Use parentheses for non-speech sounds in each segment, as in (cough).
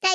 大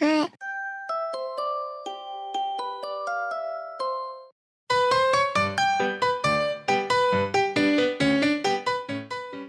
嗯，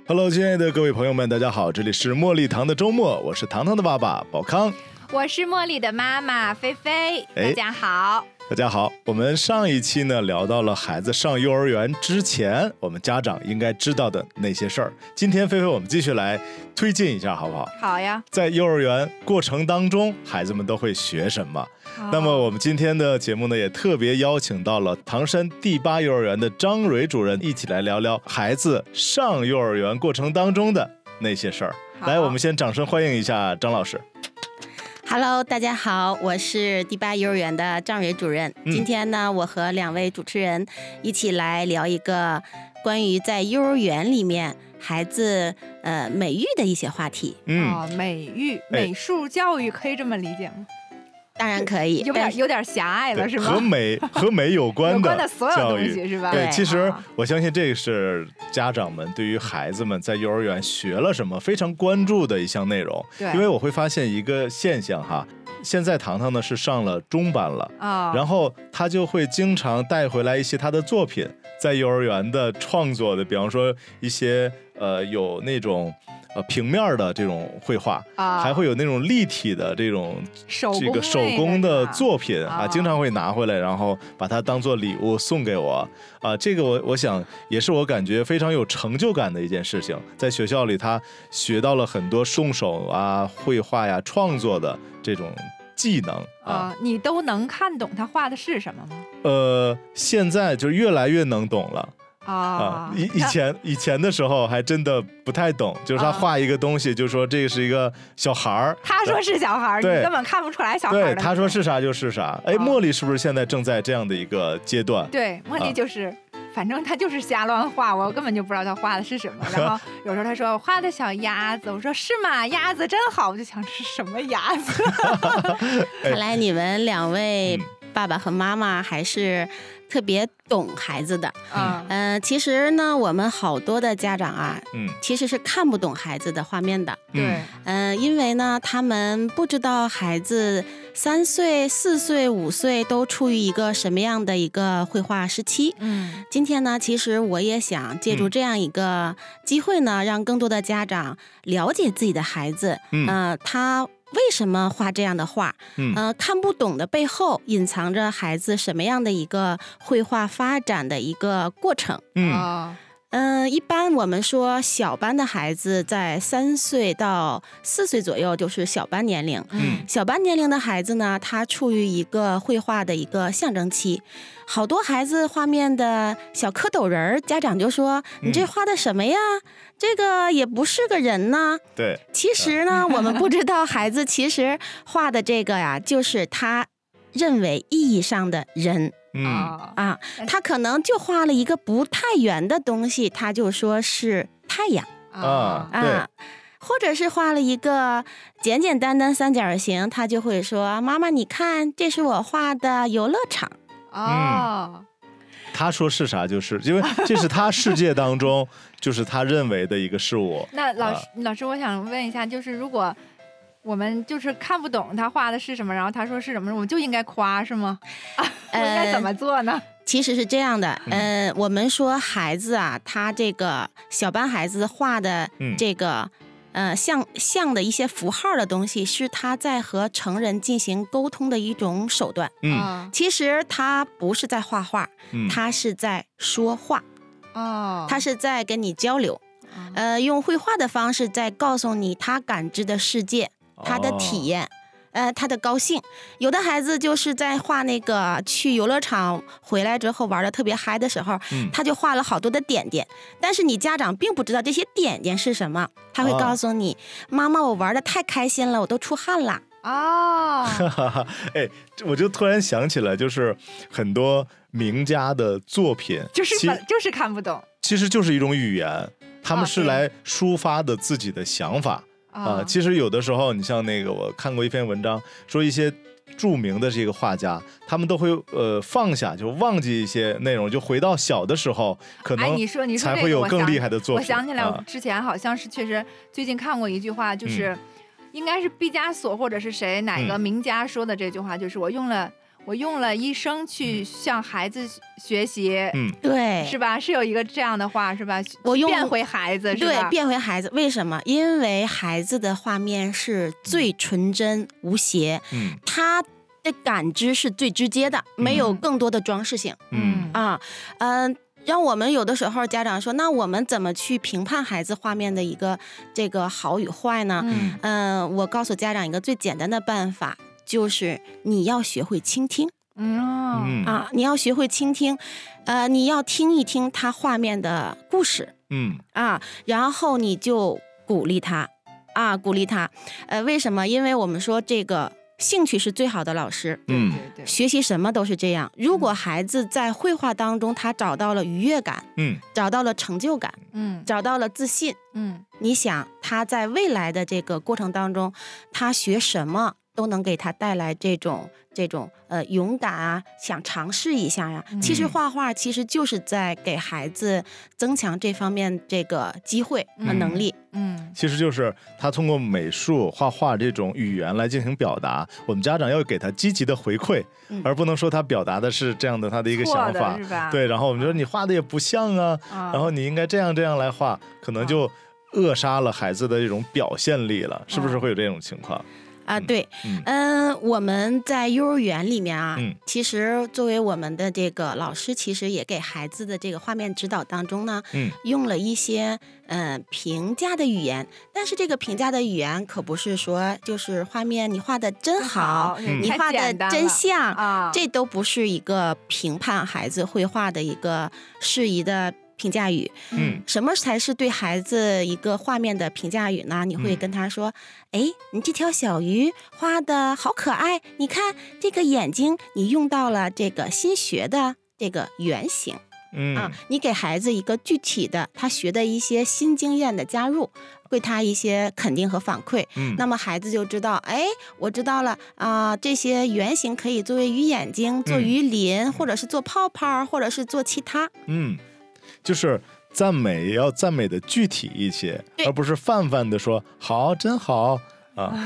Hello，亲爱的各位朋友们，大家好，这里是茉莉糖的周末，我是糖糖的爸爸宝康。我是茉莉的妈妈菲菲，哎大家好。大家好，我们上一期呢聊到了孩子上幼儿园之前，我们家长应该知道的那些事儿。今天菲菲，我们继续来推进一下，好不好？好呀。在幼儿园过程当中，孩子们都会学什么？啊那么我们今天的节目呢，也特别邀请到了唐山第八幼儿园的张蕊主任，一起来聊聊孩子上幼儿园过程当中的那些事儿。好来，我们先掌声欢迎一下张老师。 Hello，大家好，我是第八幼儿园的张蕊主任。嗯今天呢，我和两位主持人一起来聊一个关于在幼儿园里面孩子呃美育的一些话题，嗯，哦，美育、哎美术教育可以这么理解吗？当然可以。有但点是有点狭隘哎对了，是和哎吗？美和美有关 (laughs) 有的关的所有教东育西是吧？对，对其实啊我相信这个是家长们对于孩子们在幼儿园学了什么非常关注的一项内容。对因为我会发现一个现象哈，现在糖糖呢是上了中班了，啊，然后他就会经常带回来一些他的作品，在幼儿园的创作的，比方说一些呃有那种呃平面儿的这种绘画，啊还会有那种立体的这种手这工个手类工的是吧作品啊，啊经常会拿回来，然后把它当做礼物送给我啊。这个我我想也是我感觉非常有成就感的一件事情。在学校里，他学到了很多动手啊、绘画呀、创作的这种技能啊。啊，你都能看懂他画的是什么吗？呃，现在就越来越能懂了。啊啊，，以以那前以前的时候还真的不太懂，就是他啊画一个东西，就说这是一个小孩儿，他说是小孩儿，你对根本看不出来小孩儿对，的他说是啥就是啥。哎，啊茉莉是不是现在正在这样的一个阶段？对，茉啊莉就是，反正她就是瞎乱画，我根本就不知道她画的是什么。然后 (laughs) 有时候她说我画的小鸭子，我说是吗？鸭子真好，我就想是什么鸭 (laughs) 子？看来你们两哎位嗯爸爸和妈妈还是特别懂孩子的。啊，嗯、其实呢，我们好多的家长啊，嗯，其实是看不懂孩子的画面的。对，嗯、因为呢，他们不知道孩子三岁、四岁、五岁都处于一个什么样的一个绘画时期。嗯今天呢，其实我也想借嗯助这样一个机会呢，让更多的家长了解自己的孩子，嗯呃，他为什么画这样的画？嗯呃，看不懂的背后隐藏着孩子什么样的一个绘画发展的一个过程。嗯啊嗯，一般我们说小班的孩子在三岁到四岁左右就是小班年龄。嗯小班年龄的孩子呢，他处于一个绘画的一个象征期，好多孩子画面的小蝌蚪人儿，家长就说：“你这嗯画的什么呀？这个也不是个人呐。”对，其实呢，我们不知道孩子其实画的这个呀，就是他认为意义上的人嗯啊啊，他可能就画了一个不太圆的东西，他就说是太阳哦啊啊。或者是画了一个简简单单三角形，他就会说：“妈妈，你看，这是我画的游乐场。嗯啊！他说是啥就是，因为这是他世界当中就是他认为的一个事物。那老啊师，老师，我想问一下，就是如果。我们就是看不懂他画的是什么，然后他说是什么，我们就应该夸是吗？ (laughs) 我应该怎么做呢？”其实是这样的，嗯呃，我们说孩子啊，他这个小班孩子画的嗯这个、呃像像的一些符号的东西，是他在和成人进行沟通的一种手段。嗯啊其实他不是在画画，嗯，他是在说话，哦，他是在跟你交流，啊呃，用绘画的方式在告诉你他感知的世界。他的体验。呃，他的高兴，有的孩子就是在画那个去游乐场回来之后玩的特别嗨的时候，嗯他就画了好多的点点，但是你家长并不知道这些点点是什么，他会哦告诉你，妈妈，我玩的太开心了，我都出汗了。哦，哎，这我就突然想起来，就是很多名家的作品，就 (laughs) 是其本就是看不懂其实就是一种语言，他们啊是对来抒发的自己的想法。啊、啊，其实有的时候，你像那个，我看过一篇文章，说一些著名的这个画家，他们都会呃放下，就忘记一些内容，就回到小的时候，可哎，能你说你说才会这个，有我更想厉害的作我品。想起来，我啊之前好像是确实最近看过一句话，就是、应该是毕加索或者是谁哪个嗯名家说的这句话，就是我用了我用了一生去向孩子学习，嗯，对，是吧？是有一个这样的话是吧？我用变回孩子是对吧？变回孩子，为什么？因为孩子的画面是最纯真无邪，嗯他的感知是最直接的，没有嗯更多的装饰性。嗯啊，嗯、让我们有的时候家长说，那我们怎么去评判孩子画面的一个这个好与坏呢？嗯嗯、我告诉家长一个最简单的办法，就是你要学会倾听嗯嗯啊，你要学会倾听，呃，你要听一听他画面的故事嗯啊，然后你就鼓励他啊，鼓励他。呃，为什么？因为我们说这个兴趣是最好的老师。嗯嗯对对嗯对，学习什么都是这样。如果孩子在绘画当中他找到了愉悦感，嗯找到了成就感，嗯找到了自信，嗯你想他在未来的这个过程当中，他学什么都能给他带来这种这种呃勇敢啊，想尝试一下呀、其实嗯画画其实就是在给孩子增强这方面这个机会和能力。嗯其实就是他通过美术、画画这种语言来进行表达，我们家长要给他积极的回馈，嗯而不能说他表达的是这样的他的一个错想的法是，吧？对。然后我们说你画的也不像啊，啊，然后你应该这样这样来画，可能就扼杀了孩子的这种表现力啊了，是不是会有这种情况？啊，嗯对，嗯嗯，我们在幼儿园里面啊，嗯其实作为我们的这个老师，其实也给孩子的这个画面指导当中呢，嗯用了一些呃评价的语言，但是这个评价的语言可不是说就是画面你画的真好，嗯你太画的简单真了像，啊，这都不是一个评判孩子绘画的一个适宜的评价语。嗯什么才是对孩子一个画面的评价语呢？你会嗯跟他说：“哎、你这条小鱼画的好可爱，你看这个眼睛，你用到了这个新学的这个圆形、啊嗯。你给孩子一个具体的他学的一些新经验的加入，对他一些肯定和反馈。嗯，那么孩子就知道，哎，我知道了啊、这些圆形可以作为鱼眼睛、做嗯鱼鳞，或者是做泡泡，或者是做其他。嗯，就是赞美也要赞美的具体一些，对而不是泛泛的说好真好啊。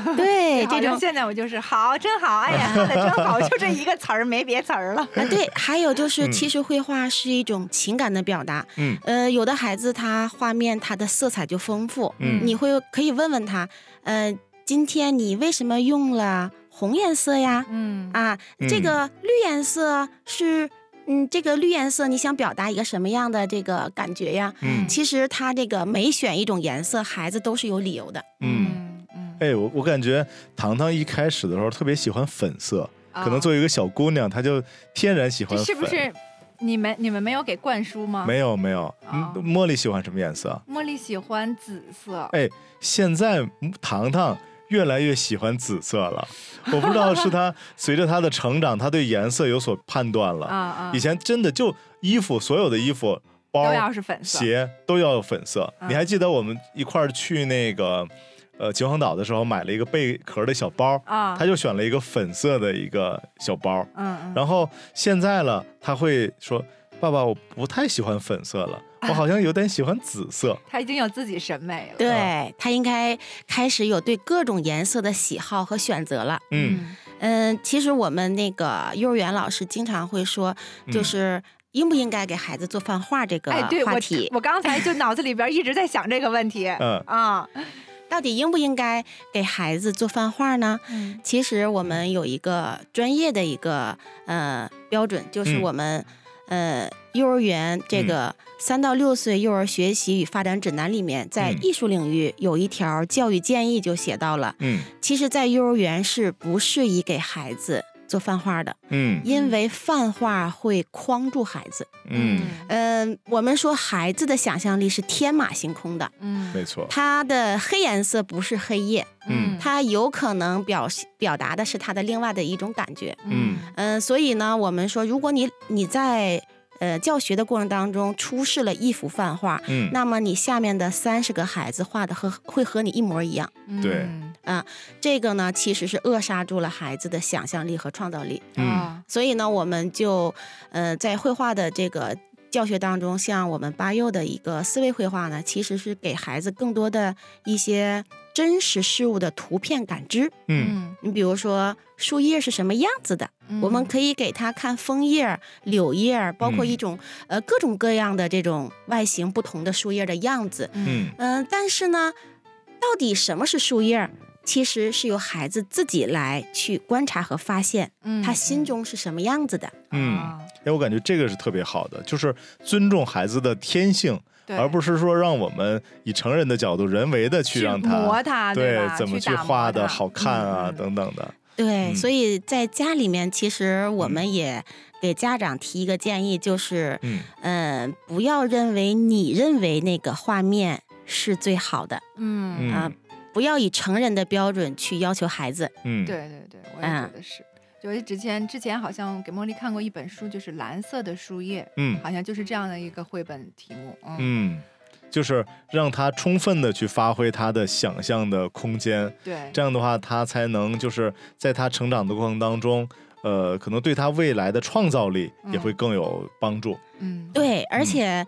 (laughs) 对，好这像种现在我就是好，真好，哎呀，画的真 (laughs) 好，就这一个词儿，没别词儿了。啊，对，还有就是，嗯其实绘画是一种情感的表达。嗯呃，有的孩子他画面他的色彩就丰富，嗯你会可以问问他，呃，今天你为什么用了红颜色呀？嗯啊，这嗯个绿颜色是，嗯，这个绿颜色你想表达一个什么样的这个感觉呀？嗯其实他这个每选一种颜色，孩子都是有理由的。嗯。嗯，哎，我我感觉糖糖一开始的时候特别喜欢粉色，哎可能啊作为一个小姑娘，她就天然喜欢粉。这是不是你们你们没有给灌输吗？没有没有，啊嗯茉莉喜欢什么颜色？茉莉喜欢紫色，哎，现在嗯糖糖越来越喜欢紫色 (laughs) 了，我不知道是她随着她的成长，她对颜色有所判断了。啊啊以，前真的就衣服，所有的衣服、包、都要是粉色，鞋都要有粉色。嗯你还记得我们一块儿去那个呃秦皇岛的时候，买了一个贝壳的小包，啊，他就选了一个粉色的一个小包。嗯嗯，然后现在了，他会说：“爸爸，我不太喜欢粉色 (laughs) 了，我好像有点喜欢紫色。他已经有自己审美了，对他应该开始有对各种颜色的喜好和选择了。嗯，嗯，其实我们那个幼儿园老师经常会说，就嗯是应不应该给孩子做饭画这个哎，对我话题，我刚才就脑子里边一直在想这个问题，嗯啊，到底应不应该给孩子做饭画呢？嗯其实我们有一个专业的一个呃标准，就是嗯我们、呃幼儿园这嗯个三到六岁幼儿学习与发展指南里面，在嗯艺术领域有一条教育建议就写到了，嗯其实，在幼儿园是不适宜给孩子做泛画的，嗯因为泛画会框住孩子。嗯，嗯，我们说孩子的想象力是天马行空的，嗯没错，他的黑颜色不是黑夜，嗯他有可能表示表达的是他的另外的一种感觉。嗯嗯，所以呢，我们说，如果你你在呃教学的过程当中出示了一幅泛画，嗯，那么你下面的三十个孩子画的和会和你一模一样。嗯对嗯这个呢，其实是扼杀住了孩子的想象力和创造力。嗯啊所以呢，我们就呃在绘画的这个教学当中，像我们巴幼的一个思维绘画呢，其实是给孩子更多的一些真实事物的图片感知。嗯你比如说树叶是什么样子的，嗯我们可以给他看枫叶、柳叶，包嗯括一种、呃各种各样的这种外形不同的树叶的样子。嗯嗯、但是呢，到底什么是树叶？其实是由孩子自己来去观察和发现，嗯啊他心中是什么样子的。嗯，哎，我感觉这个是特别好的，就是尊重孩子的天性，而不是是说让我们以成人的角度人为的去让他磨它对吧怎么去打磨画它的好看啊嗯嗯等等的，对，嗯所以在家里面，其实嗯我们也给家长提一个建议，就是，嗯嗯、不要认为你认为那个画面是最好的，嗯啊嗯不要以成人的标准去要求孩子。嗯，对对对，我也觉嗯得是。就之前之前好像给茉莉看过一本书，就是《蓝色的树叶》，嗯好像就是这样的一个绘本题目。嗯，嗯，就是让他充分的去发挥他的想象的空间，对，这样的话，他才能就是在他成长的过程当中，呃，可能对他未来的创造力也会更有帮助。嗯，对，而且，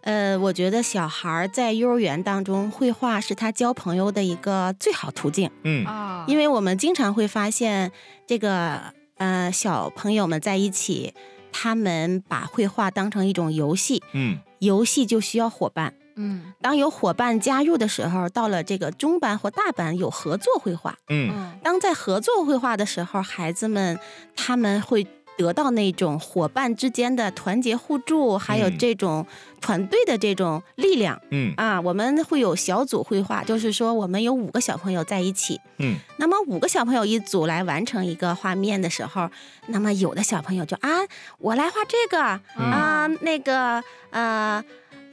呃，我觉得小孩儿在幼儿园当中，绘画是他交朋友的一个最好途径，嗯啊，因为为我们经常会发现，这个呃小朋友们在一起，他们把绘画当成一种游戏，嗯游戏就需要伙伴。嗯当有伙伴加入的时候，到了这个中班或大班有合作绘画。嗯嗯当在合作绘画的时候，孩子们他们会得到那种伙伴之间的团结互助，还有嗯这种团队的这种力量、嗯啊。我们会有小组绘画，就是说我们有五个小朋友在一起，嗯那么五个小朋友一组来完成一个画面的时候，那么有的小朋友就啊，我来画这个啊、嗯那个呃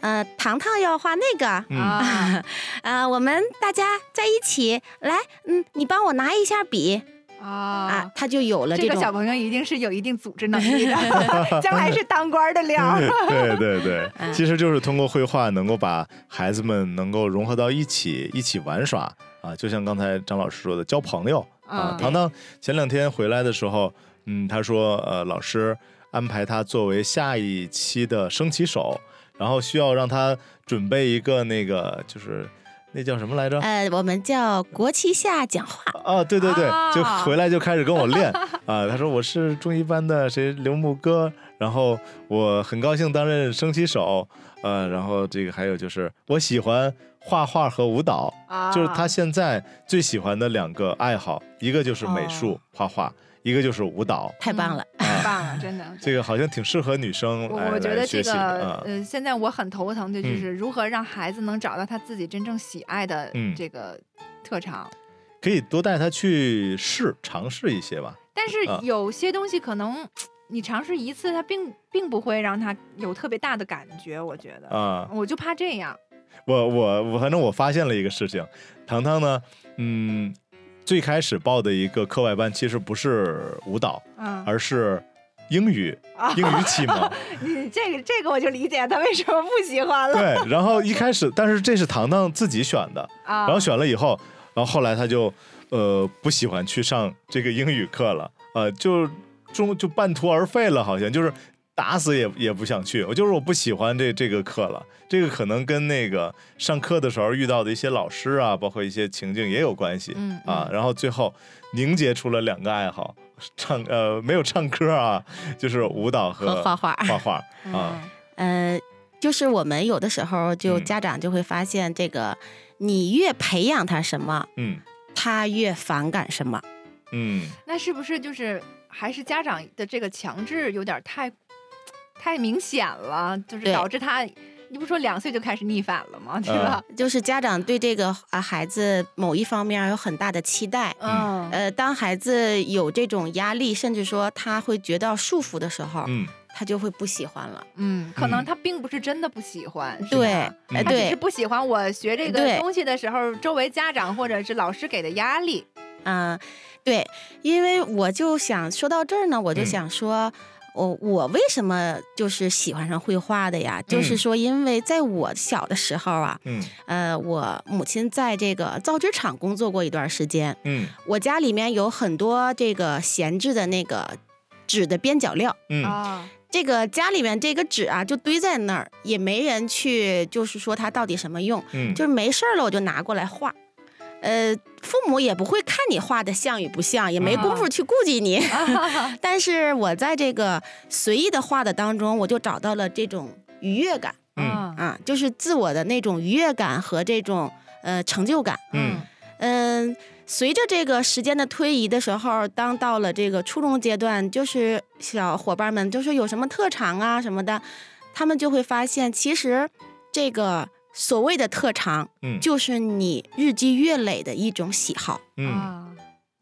呃，糖糖要画那个，嗯啊啊，我们大家在一起来，嗯，你帮我拿一下笔嗯啊啊，，他就有了这个种小朋友一定是有一定组织能力 (laughs) 的，将来是当官儿的料儿。对对对，其实就是通过绘画能够把孩子们能够融合到一起，一起玩耍啊，就像刚才张老师说的，交朋友啊嗯。糖糖前两天回来的时候，嗯，他说呃，老师安排他作为下一期的升旗手，然后需要让他准备一个那个就是那叫什么来着？呃，我们叫国旗下讲话，啊，对对对，就啊回来就开始跟我 (laughs) 练啊。他说我是中一班的谁刘牧歌，然后我很高兴担任升旗手，呃，然后这个还有就是我喜欢画画和舞蹈，啊，就是他现在最喜欢的两个爱好，一个就是美术、画画，一个就是舞蹈。啊太棒了。太哦棒了，真的。这个好像挺适合女生我来我觉来得学这习个的啊。呃，现在我很头疼的就嗯是如何让孩子能找到他自己真正喜爱的嗯这个特长。可以多带他去试尝试一些吧。但是啊有些东西可能你尝试一次，它并并不会让他有特别大的感觉，我觉得。啊，我就怕这样，我我我，反正我发现了一个事情，糖糖呢，嗯，最开始报的一个课外班其实不是舞蹈，嗯，而是英语，英语启蒙。你这个这个我就理解他为什么不喜欢了对，然后一开始，但是这是糖糖自己选的，啊。然后选了以后，然后后来他就呃不喜欢去上这个英语课了，呃，就中就半途而废了，好像就是打死也也不想去。我就是我不喜欢这这个课了，这个可能跟那个上课的时候遇到的一些老师啊，包括一些情境也有关系、嗯啊。嗯然后最后凝结出了两个爱好。唱呃没有唱歌啊，就是舞蹈和和画画画画啊，嗯呃，就是我们有的时候就嗯家长就会发现，这个、你越培养他什么，嗯他越反感什么。嗯那是不是就是还是家长的这个强制有点太太明显了，就是对导致他你不说两岁就开始逆反了吗？嗯对吧？就是家长对这个啊孩子某一方面有很大的期待。嗯，呃，当孩子有这种压力，甚至说他会觉得束缚的时候，嗯，他就会不喜欢了。嗯，可能他并不是真的不喜欢，是对吧，哎、他只对是，不喜欢我学这个对东西的时候，周围家长或者是老师给的压力。嗯、对，因为我就想说到这儿呢，我就嗯想说。我我为什么就是喜欢上绘画的呀？就是嗯说，因为在我小的时候啊，嗯呃，我母亲在这个造纸厂工作过一段时间，嗯我家里面有很多这个闲置的那个纸的边角料，嗯啊，这个家里面这个纸啊就堆在那儿，也没人去就是说它到底什么用，嗯，就是没事儿了我就拿过来画。呃，父母也不会看你画的像与不像，也没功夫去顾及你。 (laughs) 但是我在这个随意的画的当中，我就找到了这种愉悦感嗯啊，啊，就是自我的那种愉悦感和这种呃成就感。嗯啊嗯，随着这个时间的推移的时候，当到了这个初中阶段，就是小伙伴们就是有什么特长啊什么的，他们就会发现，其实这个所谓的特长，嗯就是你日积月累的一种喜好。嗯啊，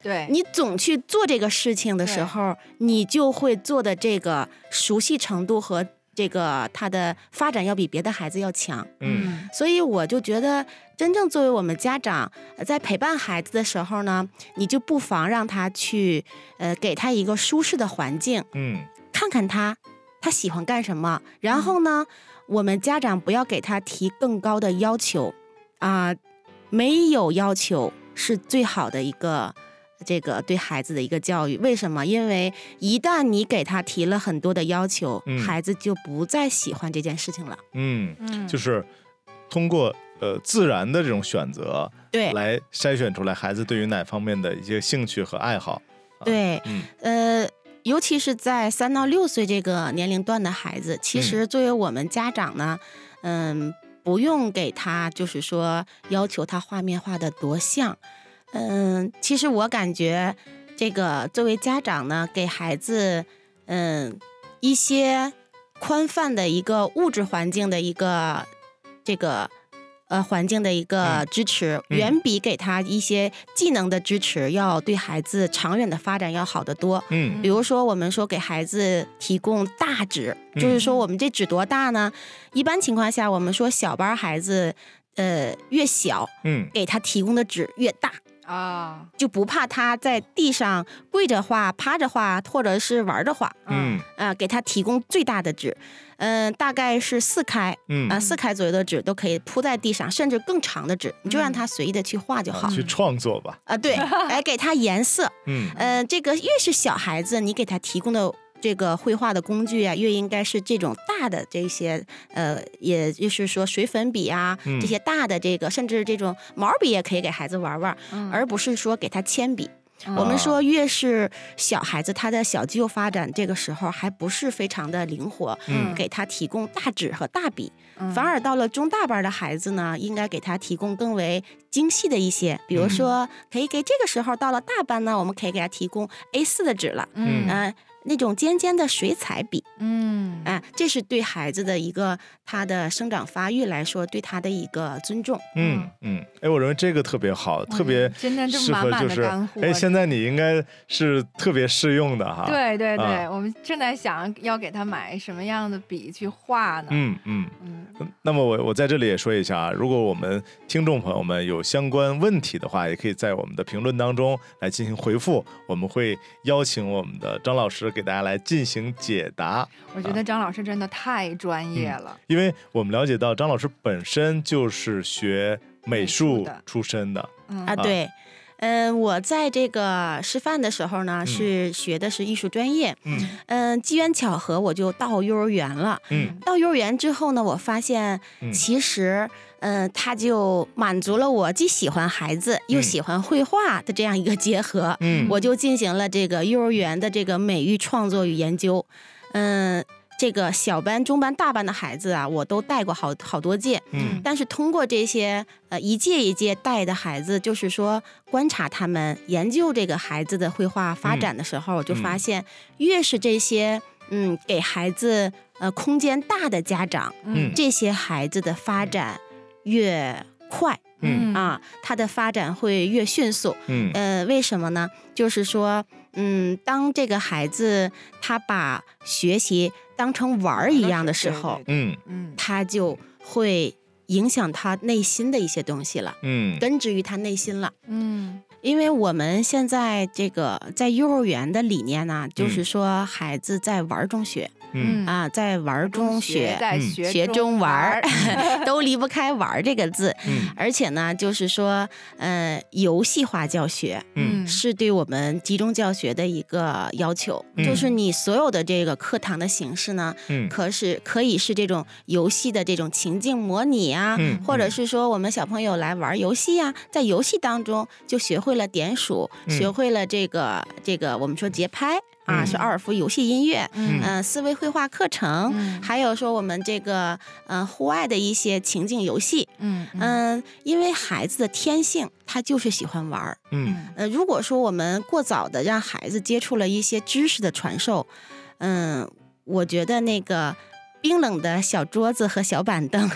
对，你总去做这个事情的时候，你就会做的这个熟悉程度和这个他的发展要比别的孩子要强。嗯所以我就觉得，真正作为我们家长，呃在陪伴孩子的时候呢，你就不妨让他去，呃，给他一个舒适的环境，嗯看看他他喜欢干什么。然后呢，我们家长不要给他提更高的要求，啊、没有要求是最好的一个。这个对孩子的一个教育，为什么？因为一旦你给他提了很多的要求，嗯孩子就不再喜欢这件事情了。嗯，嗯，就是通过呃自然的这种选择对，来筛选出来孩子对于哪方面的一些兴趣和爱好。对，嗯呃，尤其是在三到六岁这个年龄段的孩子，其实作为我们家长呢，嗯、不用给他就是说要求他画面画的多像，嗯、其实我感觉这个作为家长呢，给孩子嗯、一些宽泛的一个物质环境的一个这个。呃，环境的一个嗯支持，嗯远比给他一些技能的支持要对孩子长远的发展要好得多。嗯比如说，我们说给孩子提供大纸，嗯就是说我们这纸多大呢？一般情况下，我们说小班孩子，呃，越小嗯给他提供的纸越大，啊，就不怕他在地上跪着画、趴着画，或者是玩着画嗯啊、给他提供最大的纸，嗯、大概是四开嗯啊、四开左右的纸都可以铺在地上，甚至更长的纸，你就让他随意的去画就好。嗯啊去创作吧。(laughs) 啊，对，来给他颜色，嗯呃，这个越是小孩子，你给他提供的这个绘画的工具啊，越应该是这种大的这些，呃，也就是说水粉笔啊，嗯这些大的这个，甚至这种毛笔也可以给孩子玩玩，嗯而不是说给他铅笔。嗯我们说，越是小孩子，他的小肌肉发展这个时候还不是非常的灵活，嗯给他提供大纸和大笔，嗯反而到了中大班的孩子呢，应该给他提供更为精细的一些，比如说可以给这个时候到了大班呢，我们可以给他提供 A 4的纸了，嗯嗯、那种尖尖的水彩笔，嗯哎、这是对孩子的一个他的生长发育来说对他的一个尊重。嗯嗯，哎，我认为这个特别好，特别真的是适满合满就的是干货，哎，现在你应该是特别适用的哈。，对对对，啊我们正在想要给他买什么样的笔去画呢？嗯嗯。嗯那么我我在这里也说一下啊，如果我们听众朋友们有相关问题的话，也可以在我们的评论当中来进行回复，我们会邀请我们的张老师给大家来进行解答。我觉得张老师真的太专业了。因为我们了解到张老师本身就是学美美术术的出身的，嗯啊，对，嗯、我在这个师范的时候呢，是学的是艺术专业，嗯嗯、机缘巧合我就到幼儿园了。嗯到幼儿园之后呢，我发现嗯其实，嗯、他就满足了我既喜欢孩子又嗯喜欢绘画的这样一个结合，嗯我就进行了这个幼儿园的这个美育创作与研究，嗯、这个小班、中班、大班的孩子啊，我都带过好好多届，嗯但是通过这些呃一届一届带的孩子，就是说观察他们研究这个孩子的嗯嗯绘画发展的时候，我就发现，越是这些嗯给孩子呃空间大的家长，嗯这些孩子的发展越快嗯啊，他的发展会越迅速。嗯呃，为什么呢？就是说，嗯，当这个孩子他把学习当成玩儿一样的时候，嗯嗯他就会影响他内心的一些东西了，嗯根植于他内心了。嗯因为我们现在这个在幼儿园的理念呢，就是说孩子在玩儿中学、嗯啊，在玩儿中学，在嗯学学中玩儿儿， (laughs) 都离不开“玩儿”这个字。嗯而且呢，就是说，呃，游戏化教学嗯是对我们集中教学的一个要求，嗯就是你所有的这个课堂的形式呢，嗯可是可以是这种游戏的这种情境模拟啊，嗯或者是说我们小朋友来玩游戏呀、啊在游戏当中就学会了点数，嗯学会了这个这个我们说节拍啊，嗯是奥尔夫游戏音乐， (laughs) 嗯嗯、思维绘画课程，嗯还有说我们这个嗯、呃户外的一些情境游戏，嗯嗯、因为孩子的天性他就是喜欢玩儿，嗯呃，如果说我们过早的让孩子接触了一些知识的传授，嗯，我觉得那个冰冷的小桌子和小板凳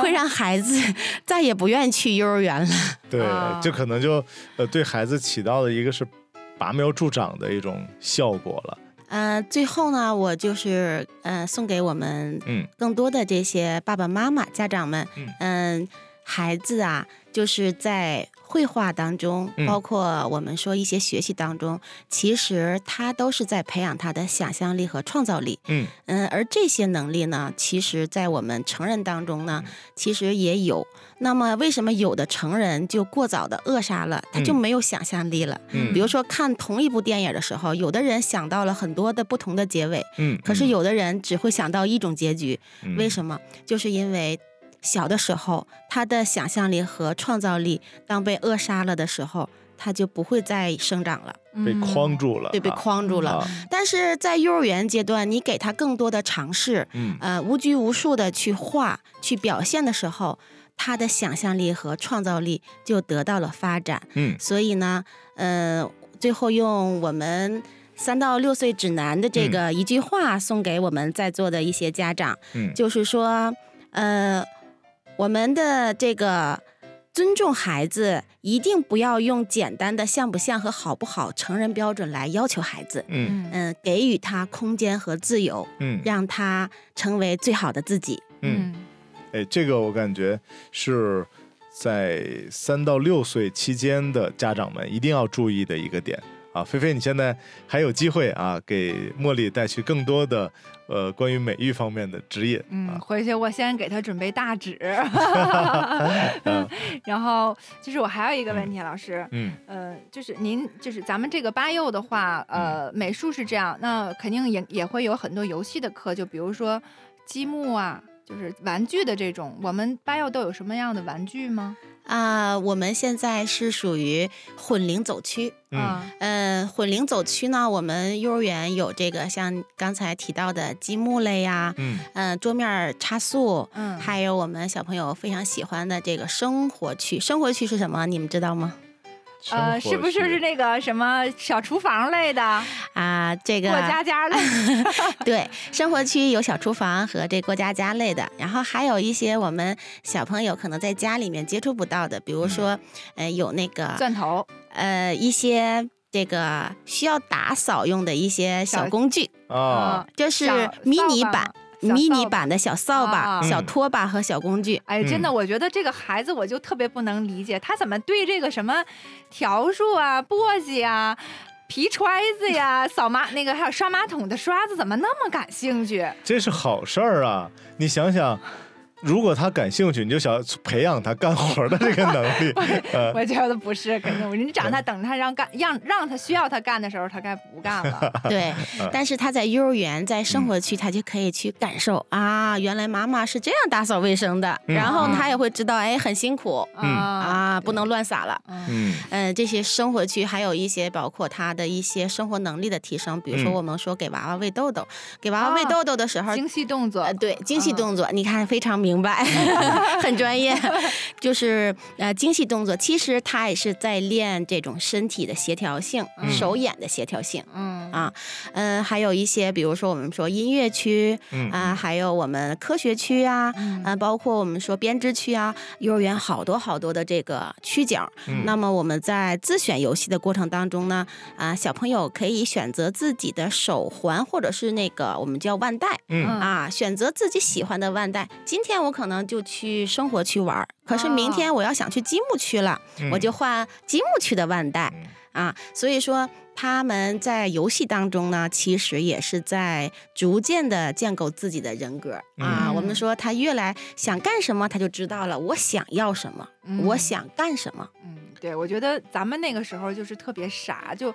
会让孩子再也不愿意去幼儿园了。对啊，这可能就呃对孩子起到的一个是拔苗助长的一种效果了。呃，最后呢，我就是呃送给我们嗯更多的这些爸爸妈妈、家长们嗯，嗯、孩子啊，就是在绘画当中，嗯包括我们说一些学习当中，其实他都是在培养他的想象力和创造力。嗯嗯，而这些能力呢，其实，在我们成人当中嗯呢，其实也有。那么，为什么有的成人就过早的扼杀了，他就嗯没有想象力了？嗯比如说看同一部电影的时候，有的人想到了很多的不同的结尾，嗯，可是有的人只会想到一种结局。为么？什么？就是因为小的时候，他的想象力和创造力，当被扼杀了的时候，他就不会再生长了，被嗯框住了啊，嗯对，被框住了。啊但是在幼儿园阶段，你给他更多的尝试，嗯呃，无拘无束的去画、去表现的时候，他的想象力和创造力就得到了发展。嗯所以呢，呃，最后用我们三到六岁指南的这个一句话送给我们在座的一些家长，嗯，就是说，呃，我们的这个。尊重孩子，一定不要用简单的像不像和好不好成人标准来要求孩子。嗯嗯嗯，给予他空间和自由，嗯让他成为最好的自己。嗯，哎，这个我感觉是在三到六岁期间的家长们一定要注意的一个点啊。菲菲，你现在还有机会啊，给茉莉带去更多的呃关于美育方面的指引嗯，啊。回去我先给他准备大 (laughs) 纸，嗯 (laughs) 然后就是我还有一个问题，老师，嗯呃，就是您就是咱们这个八幼的话，呃，嗯美术是这样，那肯定也也会有很多游戏的课，就比如说积木啊，就是玩具的这种，我们八幼都有什么样的玩具吗？啊、我们现在是属于混龄走区。嗯啊，呃，混龄走区呢，我们幼儿园有这个像刚才提到的积木类呀、嗯嗯、桌面儿插塑，嗯，还有我们小朋友非常喜欢的这个生活区。生活区是什么？你们知道吗？呃，是不是是那个什么小厨房类的、啊、这个过家家类的？对，生活区有小厨房和这过家家类的，然后还有一些我们小朋友可能在家里面接触不到的，比如说，呃，有那个嗯钻头，呃一些这个需要打扫用的一些小小工具，啊嗯，这哦是迷你版。小扫把迷你版的小扫把、啊小嗯拖把和小工 (laughs) 具，哎，真的，我觉得这个孩子我就特别不能理解，他怎么对这个什么笤帚啊、簸箕啊、皮揣子呀、扫马那个还有刷马桶的刷子，怎么那么感兴趣？这是好事儿啊！你想想，如果他感兴趣，你就想培养他干活的这个能力。呃我觉得不是，肯定你长大嗯等他让干让让他需要他干的时候，他该不干了。对。嗯但是他在幼儿园、在生活区，他就可以去感受、啊，原来妈妈是这样打扫卫生的，嗯然后他也会知道，哎，很辛苦、 (laughs) 嗯啊，不能乱撒了。嗯嗯嗯，这些生活区还有一些包括他的一些生活能力的提升，比如说嗯我们说给娃娃喂豆豆，给娃娃啊喂豆豆的时候，精细动作呃啊呃，，对，精细动作，你看非常明明白， (laughs) 很专业。 (laughs) 就是呃精细动作，其实他也是在练这种身体的协调性、嗯手眼的协调性。嗯啊嗯，还有一些，比如说我们说音乐区嗯啊、还有我们科学区啊，嗯啊，包括我们说编织区啊，幼儿园好多好多的这个区角。嗯那么我们在自选游戏的过程当中呢，啊，小朋友可以选择自己的手环或者是那个我们叫腕带嗯嗯啊，选择自己喜欢的腕带。今天我可能就去生活区玩儿，可是明天我要想去积木区了，嗯我就换积木区的腕带。嗯啊，所以说他们在游戏当中呢，其实也是在逐渐的建构自己的人格啊。嗯我们说他越来想干什么，他就知道了我想要什么，我，想干什么。嗯，对，我觉得咱们那个时候就是特别傻，就。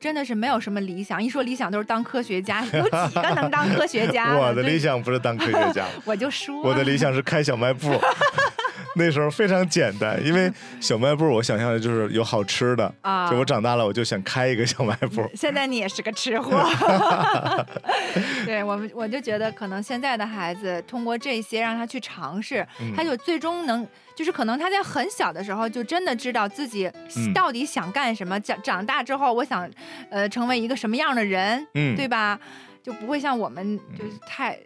真的是没有什么理想，一说理想都是当科学家，有几个能当科学家？ (laughs) 我的理对，想不是当科学家，我就说我的理想是开小卖部。那时候非常简单，因为小卖部我想象的就是有好吃的，啊，就我长大了我就想开一个小卖部。现在你也是个 (laughs) 吃货，对我们我就觉得可能现在的孩子通过这些让他去尝试，嗯他就最终能就是可能他在很小的时候就真的知道自己嗯到底想干什么，长、长大之后我想呃成为一个什么样的人，嗯对吧？就不会像我们就是太。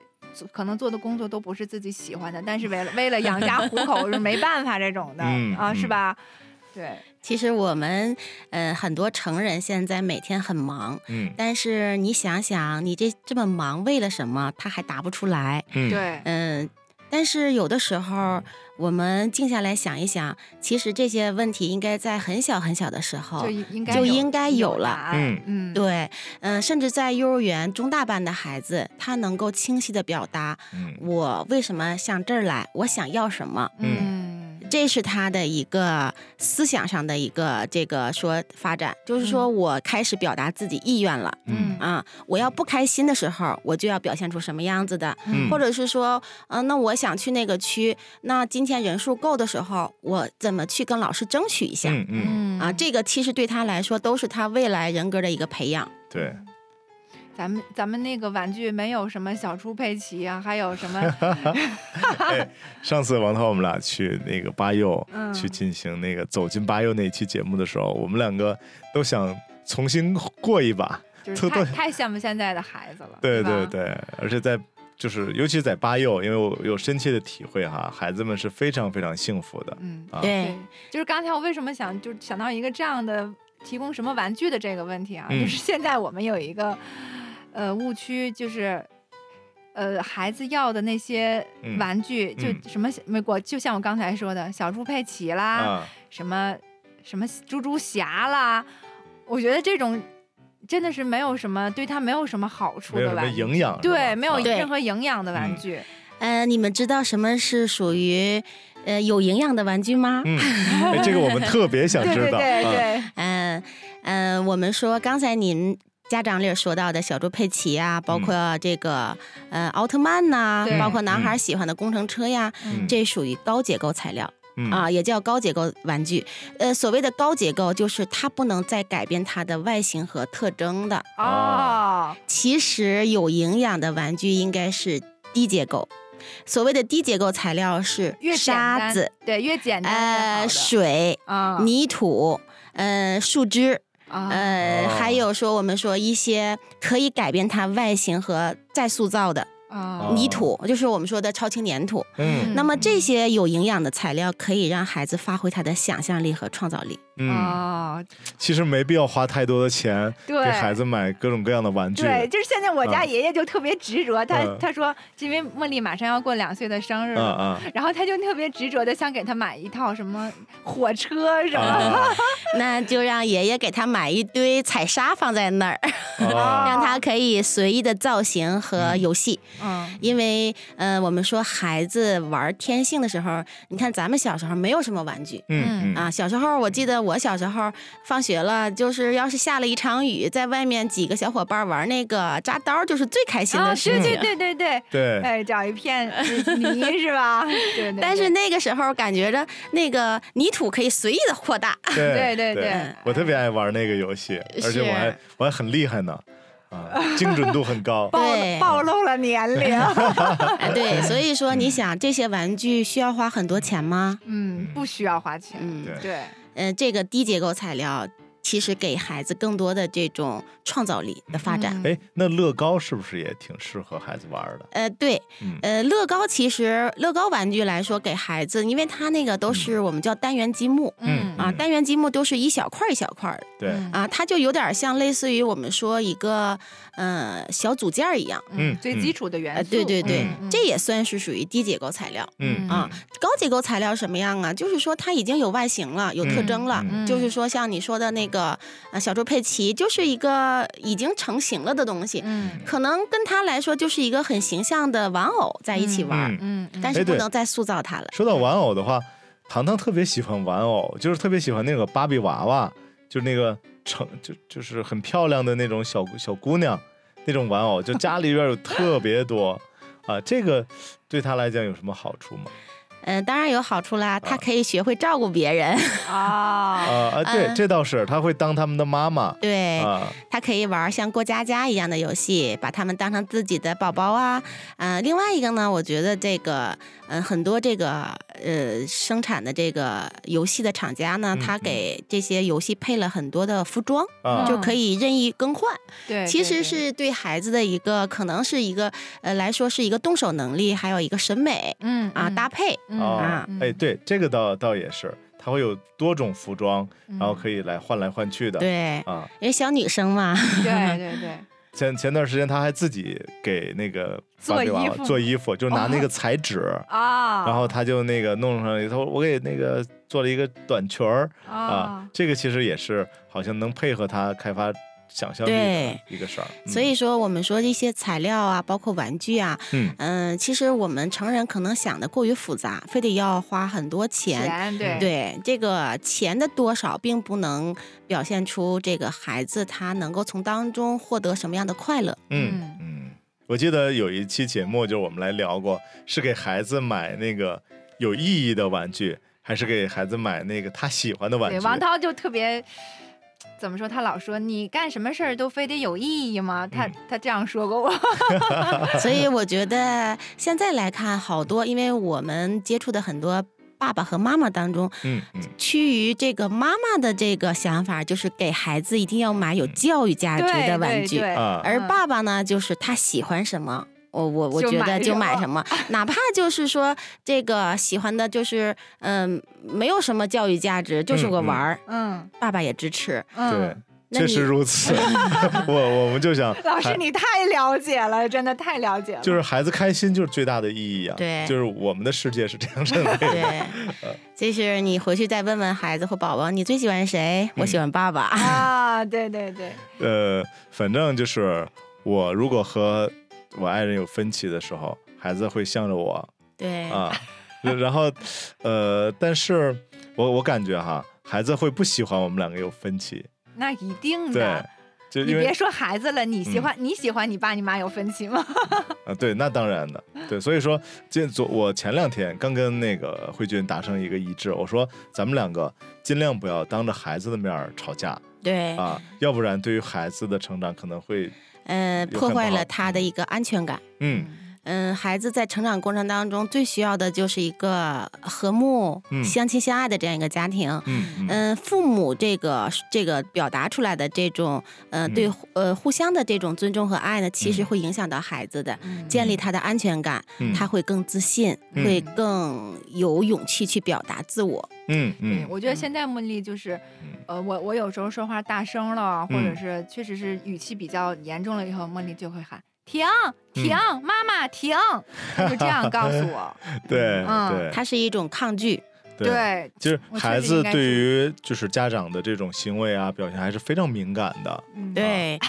可能做的工作都不是自己喜欢的，但是为了为了养家糊 (laughs) 口是没办法这种的、嗯啊，是嗯吧？对，其实我们，呃，很多成人现在每天很忙，嗯但是你想想，你这这么忙为了什么？他还答不出来。嗯对，嗯，但是有的时候我们静下来想一想，其实这些问题应该在很小很小的时候就。应该啊就有应该有了答案嗯嗯，对，嗯、甚至在幼儿园中大班的孩子，他能够清晰的表达嗯我为什么向这儿来，我想要什么，嗯这是他的一个思想上的一个这个说发展，嗯就是说我开始表达自己意愿了、嗯啊，我要不开心的时候，我就要表现出什么样子的，嗯或者是说，嗯、那我想去那个区，那今天人数够的时候，我怎么去跟老师争取一下、嗯嗯，嗯啊？这个其实对他来说都是他未来人格的一个培养。对，咱们咱们那个玩具没有什么小猪佩奇啊，还有什 (laughs) 么哎，上次王涛我们俩去那个巴佑、嗯去进行那个走进巴佑那期节目的时候，我们两个都想重新过一把。就是特太对太羡慕现在的孩子了，对对对吧，对，而且在就是尤其在巴佑，因为我有深切的体会哈，孩子们是非常非常幸福的。嗯，啊对，就是刚才我为什么想就想到一个这样的提供什么玩具的这个问题啊，嗯就是现在我们有一个呃误区就是。呃，孩子要的那些嗯玩具，嗯就什么美国，就像我刚才说的，小猪佩奇啦，啊，什么什么猪猪侠啦，我觉得这种真的是没有什么对他没有什么好处没有的什么玩具，营养，对，没有对任何营养的玩嗯具。呃，你们知道什么是属于呃有营养的玩具吗？嗯，哎这个我们特别想 (laughs) 对知对道。对啊对，嗯嗯、我们说刚才您。家长里儿说到的小猪佩奇啊，包嗯括这个、呃奥特曼呐、对包括男孩喜欢的工程车呀，嗯这属于高结构材料。嗯啊，也叫高结构玩具。呃，所谓的高结构，就是它不能再改变它的外形和特征的。哦，其实有营养的玩具应该是低结构。所谓的低结构材料是越简沙单子、对越简单越好呃的水、啊，泥土、呃树枝，啊呃、哦还有说我们说一些可以改变它外形和再塑造的哦啊泥土，就是我们说的超轻粘土。嗯那么这嗯些有营养的材料可以让孩子发挥他的想象力和创造力。嗯，啊，其实没必要花太多的钱对给孩子买各种各样的玩具。对，就是现在我家啊爷爷就特别执着，他嗯他说，因为茉莉马上要过两岁的生日啊 (laughs) 了，啊然后他就特别执着的想给他买一套什么火车什啊么的，那就让爷爷给他买一堆彩沙放在那儿，啊啊！让他可以随意的造型和游戏。嗯，因为，呃，我们说孩子玩天性的时候，你看咱们小时候没有什么玩具。嗯嗯啊，小时候我记得我小时候放学了，就是要是下了一场雨，在外面几个小伙伴玩那个扎刀，就是最开心啊，的事对情。对对对对，对，哎，找一片泥是吧？ (laughs) 对对。但是对那个时候感觉着那个泥土可以随意的扩大，。(laughs) 对对对对我特别爱玩那个游戏，而且我还我还很厉害呢。啊，精准度很高 (laughs) 暴对暴露了年龄。哎，对，所以说你想这些玩具需要花很多钱吗？嗯，不需要花钱。嗯，对对，嗯，这个低结构材料其实给孩子更多的这种创造力的发展。嗯哎，那乐高是不是也挺适合孩子玩儿的？呃，对，嗯呃，乐高其实乐高玩具来说，给孩子，因为它那个都是我们叫单元积木、嗯啊，单元积木都是一小块儿一小块儿的对，嗯啊，它就有点像类似于我们说一个呃小组件儿一样。嗯最基础的元呃，素。对对对，哎嗯这也算是属于低结构材料。嗯啊，高结构材料什么样啊？就是说它已经有外形了，有特征了，嗯就是说像你说的那个呃小猪佩奇，就是一个已经成型了的东西，嗯可能跟它来说就是一个很形象的玩偶在一起玩儿，嗯嗯，嗯但哎是对不能再塑造它了。说到玩偶的话，糖糖特别喜欢玩偶，就是特别喜欢那个芭比娃娃，就是那个成就就是很漂亮的那种小小姑娘那种玩偶，就家里边有特别多啊。这个对她来讲有什么好处吗？嗯、当然有好处啦，它可以学会照顾别人， (laughs) 啊嗯啊，啊，对，嗯这倒是，她会当他们的妈妈对，啊。它可以玩儿像过家家一样的游戏，把它们当成自己的宝宝啊。呃，另外一个呢，我觉得这个，嗯、很多这个呃生产的这个游戏的厂家呢嗯，它给这些游戏配了很多的服装，啊，就可以任意更换。哦对，其对实对是对孩子的一个，可能是一个呃来说是一个动手能力，还有一个审美嗯啊搭配。啊，啊啊，哎，对，这个倒倒也是，她会有多种服装，然然后可以来换来换去的。嗯对，啊，因为小女生嘛，对对对，前前段时间她还自己给那个芭比娃做衣娃服做衣服，就拿那哦个彩纸， (laughs) 啊，然后她就那个弄上，她说我给那个做了一个短裙儿啊哦啊，，这个其实也是好像能配合她开发想象力的对一个事儿。嗯所以说我们说这些材料啊，包括玩具啊，嗯嗯，其实我们成人可能想的过于复杂，非得要花很多钱。钱对对这个钱的多少，并不能表现出这个孩子他能够从当中获得什么样的 (laughs) 快乐。嗯嗯，我记得有一期节目，就是我们来聊过，是给孩子买那个有意义的玩具，还是给孩子买那个他喜欢的玩对，具？王涛就特别。怎么说？他老说你干什么事儿都非得有意义吗？他嗯他这样说过我。所以我觉得现在来看，好多因为我们接触的很多爸爸和妈妈当中，嗯嗯，趋于这个妈妈的这个想法，就是给孩子一定要买嗯有教育价值对的玩对具。对，啊而嗯爸爸呢，就是他喜欢什么，我我我就觉买得就什买么什么，哪怕就是说这个喜欢的，就是嗯、没有什么教育价值，就是嗯个嗯玩儿，嗯爸爸也支 (laughs) 持。对嗯。。那确实你如 (laughs) 此，我我们就想，老师孩，你太了解了，真的太了解了。就是孩子开心就是最大的意义啊，对就是我们的世界是这样 (laughs) 认为的，对，就是你回去再问问孩子或宝宝，你最喜欢谁？我嗯喜欢爸爸。啊，对对对，呃，反正就是我如果和我爱人有分歧的时候，孩子会向着我对，啊，然然后，呃，但是我我感觉哈，孩子会不喜欢我们两个有分歧，那一定对嗯的。，就你因为嗯别说孩子了，你喜欢你喜欢你爸你妈有分歧吗？啊，对，那当然 (laughs) 的，对，所以说，这昨我前两天刚跟那个慧君达成一个一致，我说咱们两个尽量不要当着孩子的面儿吵架哎对，啊，要不然对于孩子的成长可能会，呃，有破很不坏好了他的一个安全感。嗯嗯，孩子在成长过程当中最需要的就是一个和睦、嗯相亲相爱的这样一个家庭。嗯呃嗯嗯，父母这个这个表达出来的这种，呃，对嗯互，呃，互相的这种尊重和爱呢，其实嗯会影响到孩子的， (laughs) 嗯建立他的安全感，嗯他会更自信，嗯会更有勇气去表达自我。嗯对，嗯我觉得现在茉莉就是，呃，我我有时候说话大声了，或者嗯是确实是语气比较严重了以后，茉莉就会喊停嗯停，妈妈停， (laughs) 她就这样告诉 (laughs) 我。嗯，对嗯对啊它是一种抗拒，对，就是我确孩实子应对该注意于就是家长的这种行为啊表现还是非常敏感的，嗯，对。嗯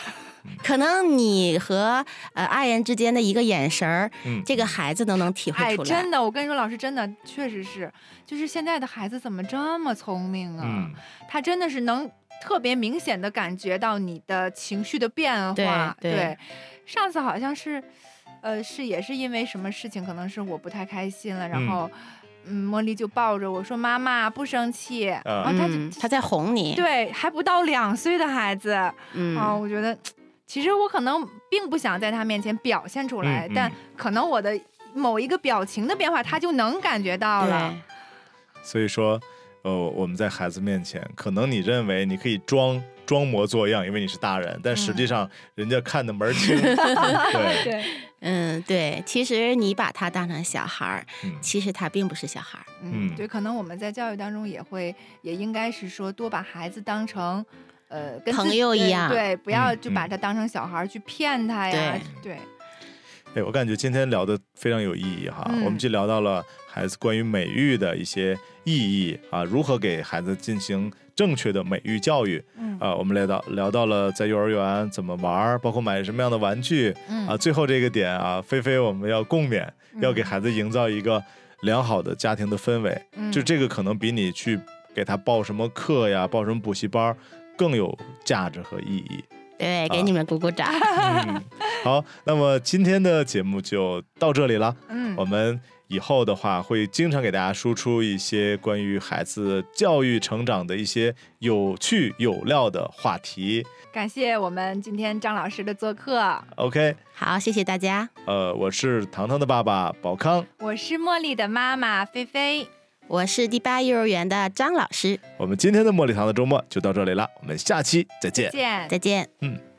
可能你和呃爱人之间的一个眼神儿，嗯，这个孩子都能体会哎，出来。真的，我跟你说，老师真的确实是，就是现在的孩子怎么这么聪明啊？嗯他真的是能特别明显的感觉到你的情绪的变对化。对上次好像是，呃，是也是因为什么事情，可能是我不太开心了，然嗯后，嗯，茉莉就抱着我说：“妈妈，不生气。嗯哦然后他就、嗯，他在哄你。对还不到两岁的孩子，啊、嗯，我觉得。其实我可能并不想在他面前表现出来，嗯嗯但可能我的某一个表情的变化，他就能感觉到了。对所以说，呃，我们在孩子面前，可能你认为你可以装装模作样，因为你是大人，但实际上人家看的门儿清。对， (laughs) 对，嗯，对，其实你把他当成小孩儿，嗯其实他并不是小孩儿。嗯嗯，对，可能我们在教育当中也会，也应该是说多把孩子当成。呃，跟朋自己友一样对，不要嗯就把嗯他当成小孩儿去骗他呀，对，哎，我感觉今天聊的非常有意义哈，嗯我们既聊到了孩子关于美育的一些意义啊，如何给孩子进行正确的美育教育嗯啊，我们聊到聊到了在幼儿园怎么玩儿，包括买什么样的玩具嗯啊，最后这个点啊，菲菲我们要共勉，要给嗯孩子营造一个良好的家庭的氛围，就嗯这个可能比你去给他报什么课呀，报什么补习班儿更有价值和意 (laughs) 义。对，啊给你们鼓鼓掌。嗯，好，那么今天的节目就到这里了。嗯我们以后的话会经常给大家输出一些关于孩子教育成长的一些有趣有料的话题。感谢我们今天张老师的做客， OK，好，谢谢大家，呃，我是糖糖的爸爸宝康，我是茉莉的妈妈菲菲，我是第八幼儿园的张老师，我们今天的茉莉糖的周末就到这里了，我们下期再见。见。再见。嗯，拜。